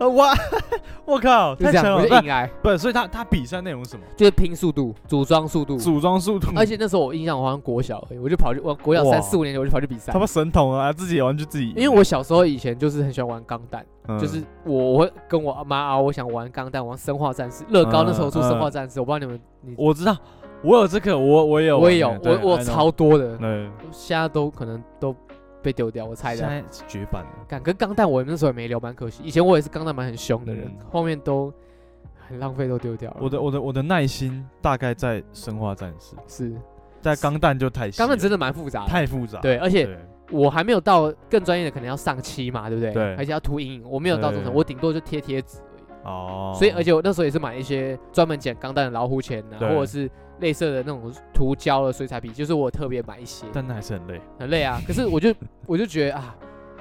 Speaker 2: 啊哇， 我靠，
Speaker 1: 就
Speaker 2: 太
Speaker 1: 呃这
Speaker 2: 强
Speaker 1: 样，我
Speaker 2: 了
Speaker 1: 就，赢来，
Speaker 2: 不是，所以他他比赛内容是什么？
Speaker 1: 就是拼速度，组装速度。
Speaker 2: 组装速度，
Speaker 1: 而且那时候我印象我好像国小而已，我就跑去我国小
Speaker 2: 嗯哇
Speaker 1: 三四五年级我就跑去比赛
Speaker 2: 他，妈神童啊，自己玩就自己赢，
Speaker 1: 因为我小时候以前就是很喜欢玩钢弹。
Speaker 2: 嗯
Speaker 1: 就是我我会跟我妈啊，我想玩钢弹，玩生化战士，乐高那时候出生化战士，我不知道你们你
Speaker 2: 嗯我知道，我有这个，我我也有玩，
Speaker 1: 我也有，
Speaker 2: 对
Speaker 1: 我我
Speaker 2: I know
Speaker 1: 超多的，
Speaker 2: 对，
Speaker 1: 现在都可能都被丢掉，我猜的。
Speaker 2: 现在是绝版了。
Speaker 1: 敢跟钢弹，我那时候也没聊，蛮可惜。以前我也是钢弹蛮很凶的人
Speaker 2: 嗯，
Speaker 1: 后面都很浪费，都丢掉了。
Speaker 2: 我的我的我的耐心大概在生化战士，
Speaker 1: 是
Speaker 2: 在钢弹就太细了
Speaker 1: 钢弹真的蛮复杂的，
Speaker 2: 太复杂，
Speaker 1: 对，而且
Speaker 2: 对
Speaker 1: 我还没有到更专业的，可能要上漆嘛，对不对？
Speaker 2: 对
Speaker 1: 而且要涂阴影，我没有到这种程度，
Speaker 2: 对
Speaker 1: 我顶多就贴贴纸而已。
Speaker 2: 哦，
Speaker 1: 所以而且我那时候也是买一些专门剪钢弹的老虎钳啊，
Speaker 2: 对
Speaker 1: 或者是类似的那种涂胶的水彩笔，就是我特别买一些，
Speaker 2: 但那还是很累，
Speaker 1: 很累 啊。可是我就我就觉得啊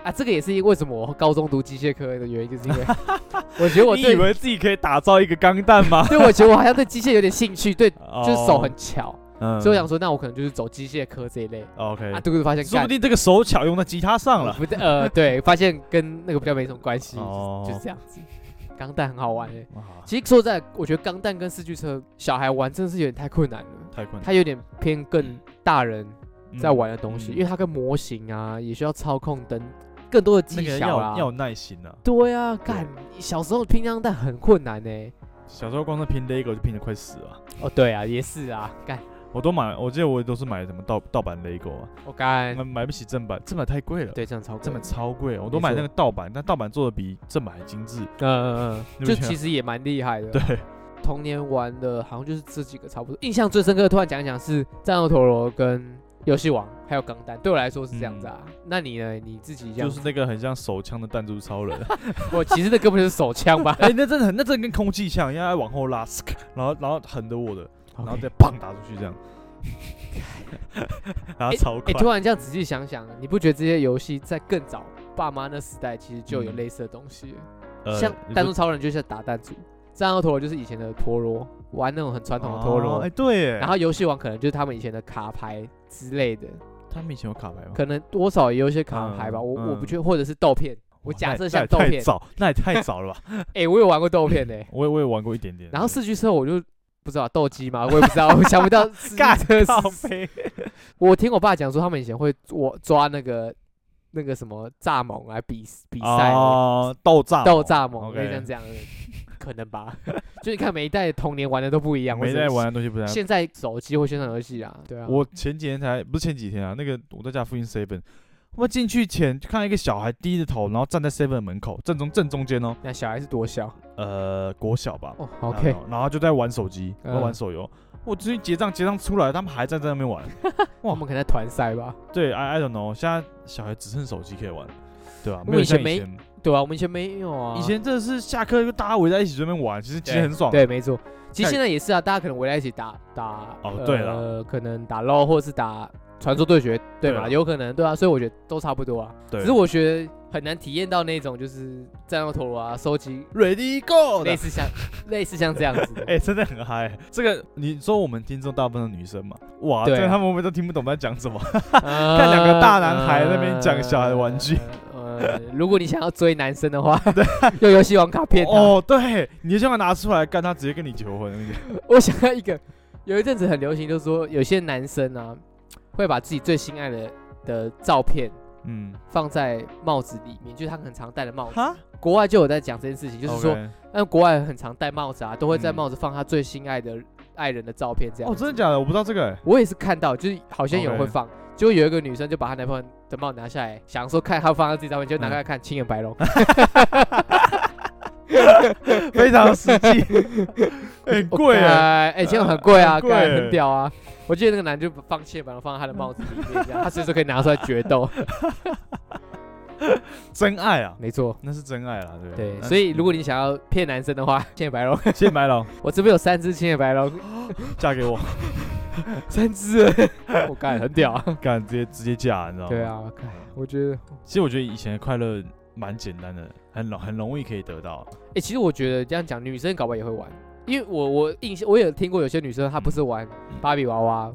Speaker 1: 啊，这个也是因为什么我高中读机械科的原因，就是因 为我觉得我
Speaker 2: 你以
Speaker 1: 对？
Speaker 2: 为自己可以打造一个钢弹吗
Speaker 1: 对我觉得我好像对机械有点兴趣，对， 就是手很巧，
Speaker 2: 哦嗯
Speaker 1: 所以我想说，那我可能就是走机械科这一类啊。
Speaker 2: OK，
Speaker 1: 对对，发现
Speaker 2: 说
Speaker 1: 干
Speaker 2: 不定这个手巧用在吉他上了。
Speaker 1: 不 对呃对，发现跟那个比较没什么关系，
Speaker 2: 哦
Speaker 1: 就是这样子。钢弹很好玩诶、
Speaker 2: 哇
Speaker 1: 其实说实在，我觉得钢弹跟四驱车小孩玩真的是有点太困难了。
Speaker 2: 太困难，
Speaker 1: 它有点偏更大人
Speaker 2: 嗯
Speaker 1: 在玩的东西，因为它跟模型啊也需要操控等更多的
Speaker 2: 那
Speaker 1: 技
Speaker 2: 个
Speaker 1: 巧
Speaker 2: 要
Speaker 1: 啦。
Speaker 2: 要有耐心啊。
Speaker 1: 对啊，干小时候拼钢弹很困难欸呢、
Speaker 2: 小时候光是拼 LEGO 就拼得快死了，
Speaker 1: 哦，对啊，也是啊，干
Speaker 2: 我都买，我记得我都是买什么盗盗版 LEGO 啊，
Speaker 1: 我干
Speaker 2: 买，买不起正版，正版太贵了。
Speaker 1: 对，这样超
Speaker 2: 正
Speaker 1: 贵
Speaker 2: 版。超贵，我
Speaker 1: 没
Speaker 2: 都买
Speaker 1: 错
Speaker 2: 那个盗版，但盗版做的比正版还精致。
Speaker 1: 嗯嗯嗯，
Speaker 2: 你
Speaker 1: 就
Speaker 2: 们觉得
Speaker 1: 其实也蛮厉害的。
Speaker 2: 对，
Speaker 1: 童年玩的好像就是这几个差不多。印象最深刻，突然讲一讲是《战斗陀螺》跟游戏王还有钢弹，对我来说是这样子啊。那你呢？你自己这样
Speaker 2: 嗯就是那个很像手枪的弹珠 超人。。
Speaker 1: 我其实那根本就是手枪吧
Speaker 2: 哎、那真的很，那真的跟空气枪一样，要往后拉，然后然后狠着我的， 然后
Speaker 1: OK
Speaker 2: 再砰打出去 这样，然后超
Speaker 1: 哎、
Speaker 2: 快。
Speaker 1: 突然这样仔细想想，你不觉得这些游戏在更早爸妈那时代其实就有
Speaker 2: 嗯
Speaker 1: 类似的东西了？
Speaker 2: 呃
Speaker 1: 像
Speaker 2: 你
Speaker 1: 弹珠
Speaker 2: 说
Speaker 1: 超人就是打弹珠，战斗陀螺就是以前的陀螺，玩那种很传统的陀
Speaker 2: 哦
Speaker 1: 螺。
Speaker 2: 哎、对耶，
Speaker 1: 然后游戏王可能就是他们以前的卡牌之类的，
Speaker 2: 他们以前有卡牌吗？
Speaker 1: 可能多少也有一些卡牌吧。
Speaker 2: 嗯
Speaker 1: 我我不
Speaker 2: 嗯
Speaker 1: 觉得，或者是豆片。我
Speaker 2: 哇
Speaker 1: 假
Speaker 2: 那
Speaker 1: 设
Speaker 2: 也
Speaker 1: 像
Speaker 2: 那也
Speaker 1: 豆
Speaker 2: 太
Speaker 1: 片，
Speaker 2: 早，那也太早 了吧？
Speaker 1: 哎、我有玩过豆片呢、
Speaker 2: 我也我也玩过一点点。
Speaker 1: 然后四驱车我就不知道斗鸡嘛，我也不知道，我想不到四
Speaker 2: 干
Speaker 1: 驱车
Speaker 2: 靠
Speaker 1: 是。
Speaker 2: 背，
Speaker 1: 我听我爸讲说，他们以前会我抓那个那个什么蚱蜢来比比赛，
Speaker 2: 哦，斗炸
Speaker 1: 斗蚱蜢，
Speaker 2: OK
Speaker 1: 类似像这样的，可能吧。 就你看每一代童年玩的都不一样，
Speaker 2: 没
Speaker 1: 或者
Speaker 2: 在
Speaker 1: 是
Speaker 2: 玩的东西不太。
Speaker 1: 现在手机或线上游戏啊，对啊，
Speaker 2: 我前几天才不是前几天啊，那个我在家附近 seven，我进去前就看到一个小孩低着头，然后站在 seven 门口正中正中间哦，
Speaker 1: 那小孩是多小
Speaker 2: 呃，国小吧，
Speaker 1: 哦，OK，
Speaker 2: 然后然后就在玩手机，
Speaker 1: 嗯
Speaker 2: 在玩手游。我直接结账，结账出来，他们还站在那边玩。哇
Speaker 1: 我们可能在团赛吧，
Speaker 2: 对，I I don't know，现在小孩只剩手机可以玩，对吧、
Speaker 1: 我
Speaker 2: 没有
Speaker 1: 以前
Speaker 2: 像以
Speaker 1: 没
Speaker 2: 前，
Speaker 1: 对啊，我们以前没有啊，
Speaker 2: 以前真的是下课就大家围在一起这边玩，其实其实
Speaker 1: 对
Speaker 2: 很爽。啊
Speaker 1: 对，没错。其实
Speaker 2: 看
Speaker 1: 现在也是啊，大家可能围在一起打打
Speaker 2: 哦对啦
Speaker 1: 呃，可能打 LO 或者是打传说对决，对
Speaker 2: 对
Speaker 1: 嘛？
Speaker 2: 啦
Speaker 1: 有可能对啊，所以我觉得都差不多啊。
Speaker 2: 对
Speaker 1: 只是我觉得很难体验到那种就是战斗陀螺啊，收集
Speaker 2: Ready Go 的
Speaker 1: 类似 像类似像这样子
Speaker 2: 哎、
Speaker 1: 的。
Speaker 2: 真的很嗨。这个你说我们听众大部分的女生嘛，哇，
Speaker 1: 对啊
Speaker 2: 这个他们会不会都听不懂在讲什么？
Speaker 1: 看
Speaker 2: 两个大男孩在那边讲小孩的玩具。
Speaker 1: 呃，呃如果你想要追男生的 话， 用游戏王卡片哦，
Speaker 2: 哦，对，你就先把它拿出来干，他直接跟你求婚。那个
Speaker 1: 我想要一个。有一阵子很流行，就是说有些男生啊，会把自己最心爱的的照片
Speaker 2: 嗯，
Speaker 1: 放在帽子里面，就是他很常戴的帽子。
Speaker 2: 哈，
Speaker 1: 国外就有在讲这件事情，就是说，
Speaker 2: OK
Speaker 1: 那国外很常戴帽子啊，都会在
Speaker 2: 嗯
Speaker 1: 帽子放他最心爱的爱人的照片，这样。
Speaker 2: 哦，真的假的？我不知道这个、 哎
Speaker 1: 我也是看到，就是好像有人
Speaker 2: OK
Speaker 1: 会放，就有一个女生就把她男朋友的帽子拿下来，想说看她放在自己照片，就拿开来看，青眼白龙。
Speaker 2: 非常实际， 很贵哎、
Speaker 1: 哎，哎，这样很贵啊，
Speaker 2: 很贵欸
Speaker 1: 干很屌啊！我记得那个男就放青眼白龙放在他的帽子里面，这样他随时可以拿出来决 斗。
Speaker 2: 真爱啊，
Speaker 1: 没错，
Speaker 2: 那是真爱啦，对不
Speaker 1: 对，所以如果你想要骗男生的话，青眼白龙，
Speaker 2: 你 谢谢白龙
Speaker 1: 我这边有三只青眼白龙，
Speaker 2: 嫁给我，
Speaker 1: 三只， 我干很屌啊！
Speaker 2: 敢直接直接嫁，你知道吗？
Speaker 1: 对，啊，看我觉得，
Speaker 2: 其实我觉得以前的快乐蛮简单的，很容很容易可以得到。
Speaker 1: 哎、其实我觉得这样讲，女生搞不好也会玩，因为我我印象我也有听过有些女生她不是
Speaker 2: 嗯
Speaker 1: 玩芭比娃娃、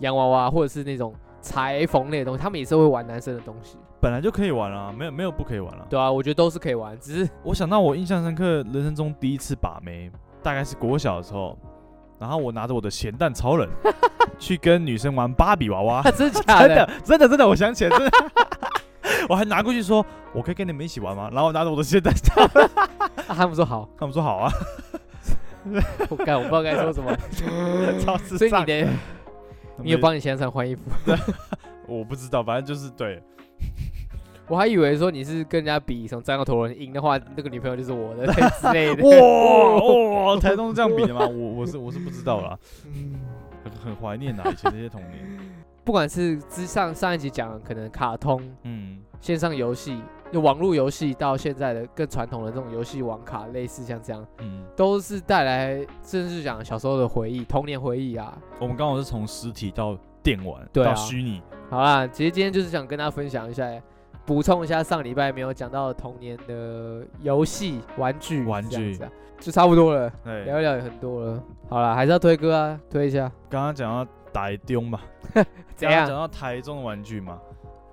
Speaker 1: 洋娃娃，或者是那种裁缝类的东西，她们也是会玩男生的东西，
Speaker 2: 本来就可以玩啊，没有没有不可以玩啊。
Speaker 1: 对啊，我觉得都是可以玩，只 是，
Speaker 2: 我想到我印象深刻，人生中第一次把妹，大概是国小的时候，然后我拿着我的咸蛋超人去跟女生玩芭比娃娃
Speaker 1: 真的假
Speaker 2: 真的真的真的，我想起来，真的， 我还拿过去说，我可以跟你们一起玩吗？然后我拿着我的咸蛋超人，
Speaker 1: 啊他们说 好，
Speaker 2: 他们说好啊，
Speaker 1: 我干，我不知道该说什么，
Speaker 2: 超智
Speaker 1: 嗯所以
Speaker 2: 障
Speaker 1: 你。得你有帮你先生换衣服，
Speaker 2: 我不知道，反正就是 对，
Speaker 1: 我还以为说你是跟人家比什么战斗陀螺，你赢的话，那个女朋友就是我的 之类的，
Speaker 2: 哇哇，台东是这样比的吗？我我是我是不知道啦，
Speaker 1: 嗯
Speaker 2: 很很怀念啊以前那些童年，
Speaker 1: 不管是之上上一集讲的可能卡通。
Speaker 2: 嗯，
Speaker 1: 线上游戏、就网络游戏到现在的更传统的这种游戏网卡，类似像这样，
Speaker 2: 嗯，
Speaker 1: 都是带来甚至讲小时候的回忆、童年回忆啊。
Speaker 2: 我们刚好是从实体到电玩，
Speaker 1: 对啊
Speaker 2: 到虚拟，
Speaker 1: 好啦，其实今天就是想跟大家分享一下，补充一下上礼拜没有讲到的童年的游戏、玩具、
Speaker 2: 玩具
Speaker 1: 这样子啊就差不多了，
Speaker 2: 对，
Speaker 1: 聊一聊也很多了。好啦，还是要推歌啊，推一下。
Speaker 2: 刚刚讲到台中嘛，
Speaker 1: 怎
Speaker 2: 刚刚
Speaker 1: 样
Speaker 2: 讲啊到台中的玩具嘛，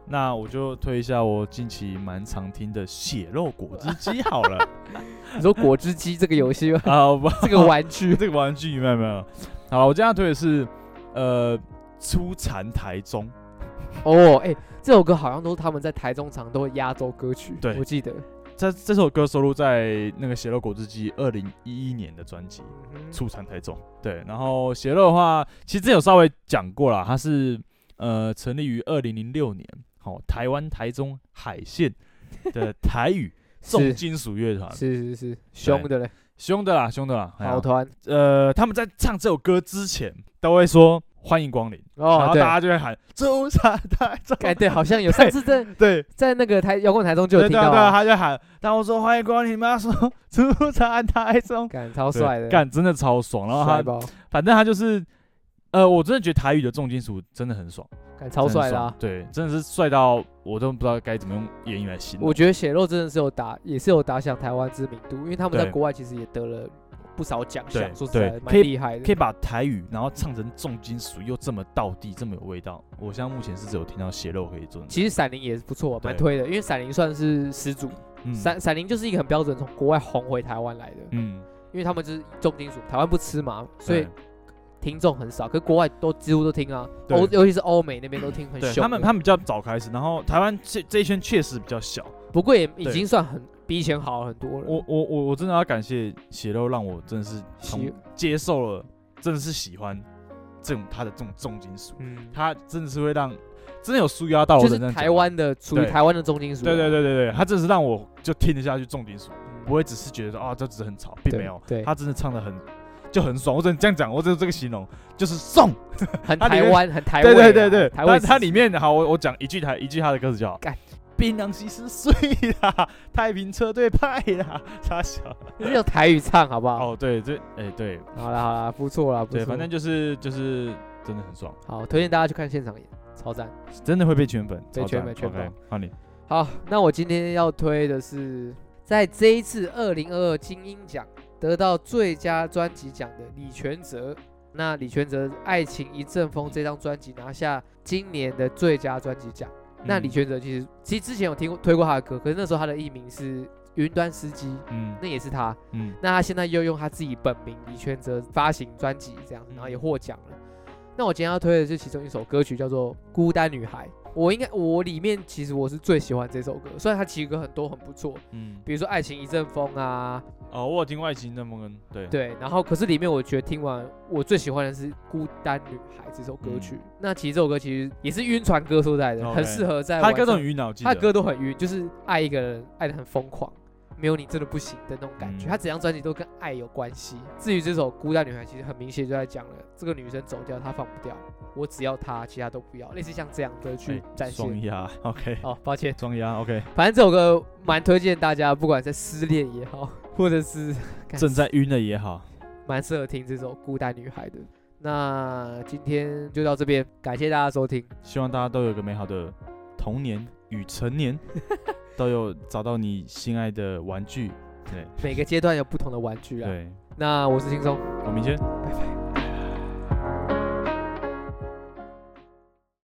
Speaker 2: 那我就推一下我近期蛮常听的血肉果汁机好了？
Speaker 1: 你说果汁机这个游戏吗
Speaker 2: 啊，不，
Speaker 1: 这个玩具，
Speaker 2: 这个玩具没有没有。好，我今天要推的是呃，出产台中，
Speaker 1: 哦，哎，这首歌好像都是他们在台中场都会压轴歌曲，
Speaker 2: 对
Speaker 1: 我记得。
Speaker 2: 这这首歌收录在那个血肉果汁机二零一一年的专辑《出产台中》。对，然后血肉的话，其实之前有稍微讲过啦，它是呃成立于二零零六年，好、台湾台中海线的 台语重
Speaker 1: 是
Speaker 2: 金属乐团，
Speaker 1: 是是是，凶的嘞，
Speaker 2: 凶的啦，凶的啦。哎呀
Speaker 1: 跑团
Speaker 2: 呃，他们在唱这首歌之前都会说欢迎光临，然
Speaker 1: 哦，
Speaker 2: 后大
Speaker 1: 对，
Speaker 2: 家就会喊祝大家中
Speaker 1: 哎，对，好像有上次在
Speaker 2: 对
Speaker 1: 在那个台摇滚台中就有
Speaker 2: 对对
Speaker 1: 听
Speaker 2: 对
Speaker 1: 到
Speaker 2: 啊，
Speaker 1: 啊，
Speaker 2: 他就喊，然后说欢迎光临，妈说祝大家中，
Speaker 1: 干超
Speaker 2: 好
Speaker 1: 帅的，
Speaker 2: 干真的超爽，然后
Speaker 1: 帅
Speaker 2: 他
Speaker 1: 爆，
Speaker 2: 反正他就是，呃，我真的觉得台语的重金属真的很爽，
Speaker 1: 干超
Speaker 2: 真的
Speaker 1: 帅的
Speaker 2: 很爽
Speaker 1: 啊！
Speaker 2: 对，真的是帅到我都不知道该怎么用言语来形容。
Speaker 1: 我觉得血肉真的是有打，也是有打响台湾知名度，因为他们在
Speaker 2: 对
Speaker 1: 国外其实也得了不少奖项，
Speaker 2: 对
Speaker 1: 说实在
Speaker 2: 对
Speaker 1: 的蛮
Speaker 2: 可以
Speaker 1: 厉害的。
Speaker 2: 可以把台语，然后唱成重金属，又这么道地，这么有味道。我现在目前是只有听到血肉可以做。
Speaker 1: 其实闪灵也是不错，蛮
Speaker 2: 对
Speaker 1: 推的，因为闪灵算是始祖，
Speaker 2: 嗯
Speaker 1: 闪闪灵就是一个很标准从国外红回台湾来的，
Speaker 2: 嗯，
Speaker 1: 因为他们就是重金属，台湾不吃嘛，所以
Speaker 2: 对
Speaker 1: 听众很少，可国外都几乎都听啊，
Speaker 2: 对
Speaker 1: 欧尤其是欧美那边都听很
Speaker 2: 对
Speaker 1: 凶的。
Speaker 2: 他们他们比较早开始，然后台湾这这一圈确实比较小。
Speaker 1: 不过也已
Speaker 2: 对
Speaker 1: 经算很比以前好了很多了。
Speaker 2: 我我我我真的要感谢血肉，让我真的是从
Speaker 1: 喜
Speaker 2: 接受了，真的是喜欢这种他的这种重金属，
Speaker 1: 嗯，
Speaker 2: 他真的是会让真的有舒压到我
Speaker 1: 就
Speaker 2: 的
Speaker 1: 是
Speaker 2: 那种
Speaker 1: 台。湾的属于
Speaker 2: 对
Speaker 1: 台湾的重金属啊，
Speaker 2: 对对对对对，他真的是让我就听得下去重金属，
Speaker 1: 嗯，
Speaker 2: 不会只是觉得啊这只是很吵，并
Speaker 1: 对
Speaker 2: 没有，
Speaker 1: 对
Speaker 2: 他真的唱的很就很爽。我只能这样讲，我只有这个形容，就是送。
Speaker 1: 很
Speaker 2: 它里
Speaker 1: 台
Speaker 2: 面
Speaker 1: 湾，很台味
Speaker 2: 对
Speaker 1: 啊，
Speaker 2: 对对对，
Speaker 1: 台湾
Speaker 2: 但它里面好，我我讲一句台一句他的歌词就好。
Speaker 1: 干
Speaker 2: 槟榔西施碎啦，太平车队派啦，傻小。
Speaker 1: 用台语唱好不好？
Speaker 2: 哦，对，这哎、对
Speaker 1: 好啦好啦，不错啦，不
Speaker 2: 对，
Speaker 1: 错，
Speaker 2: 反正就是就是真的很爽，
Speaker 1: 好，推荐大家去看现场演，超赞。
Speaker 2: 真的会被圈粉，
Speaker 1: 被
Speaker 2: 超赞
Speaker 1: 圈粉圈粉
Speaker 2: OK，换你。
Speaker 1: 好，那我今天要推的是在这一次二零二二金鹰奖得到最佳专辑奖的李全哲。那李全哲《爱情一阵风》这张专辑拿下今年的最佳专辑奖。
Speaker 2: 嗯
Speaker 1: 那李全哲其实其实之前有听过推过他的歌，可是那时候他的艺名是云端司机，
Speaker 2: 嗯
Speaker 1: 那也是他。
Speaker 2: 嗯
Speaker 1: 那他现在又用他自己本名李全哲发行专辑，这样，
Speaker 2: 嗯
Speaker 1: 然后也获奖了。那我今天要推的是其中一首歌曲，叫做《孤单女孩》。我应该我里面其实我是最喜欢这首歌，虽然它其实歌很多很不错，
Speaker 2: 嗯，
Speaker 1: 比如说《爱情一阵风》啊，
Speaker 2: 哦，我有听过爱情那么跟对，
Speaker 1: 对，然后可是里面我觉得听完我最喜欢的是《孤单女孩》这首歌曲。那其实这首歌其实也是晕船歌说实在的，
Speaker 2: 嗯 OK
Speaker 1: 很适合在
Speaker 2: 他
Speaker 1: 晚
Speaker 2: 的歌都
Speaker 1: 上
Speaker 2: 很鱼脑，记
Speaker 1: 他
Speaker 2: 得
Speaker 1: 的歌都很晕，就是爱一个人爱的很疯狂，没有你真的不行的那种感觉。
Speaker 2: 嗯
Speaker 1: 他整张专辑都跟爱有关系。至于这首《孤单女孩》，其实很明显就在讲了，这个女生走掉，她放不掉，我只要她，其他都不要，类似像这样的去
Speaker 2: 哎
Speaker 1: 展
Speaker 2: 双
Speaker 1: 现。
Speaker 2: 压 OK，
Speaker 1: 哦，抱歉，
Speaker 2: 双压 OK，
Speaker 1: 反正这首歌蛮推荐大家，不管在失恋也好，或者是干
Speaker 2: 正在晕了也好，
Speaker 1: 蛮适合听这首《孤单女孩》的。那今天就到这边，感谢大家收听。
Speaker 2: 希望大家都有个美好的童年与 成年，都有找到你心爱的玩具，对
Speaker 1: 每个阶段有不同的玩具啊。
Speaker 2: 对，
Speaker 1: 那我是轻松，
Speaker 2: 我明天。
Speaker 1: 拜拜。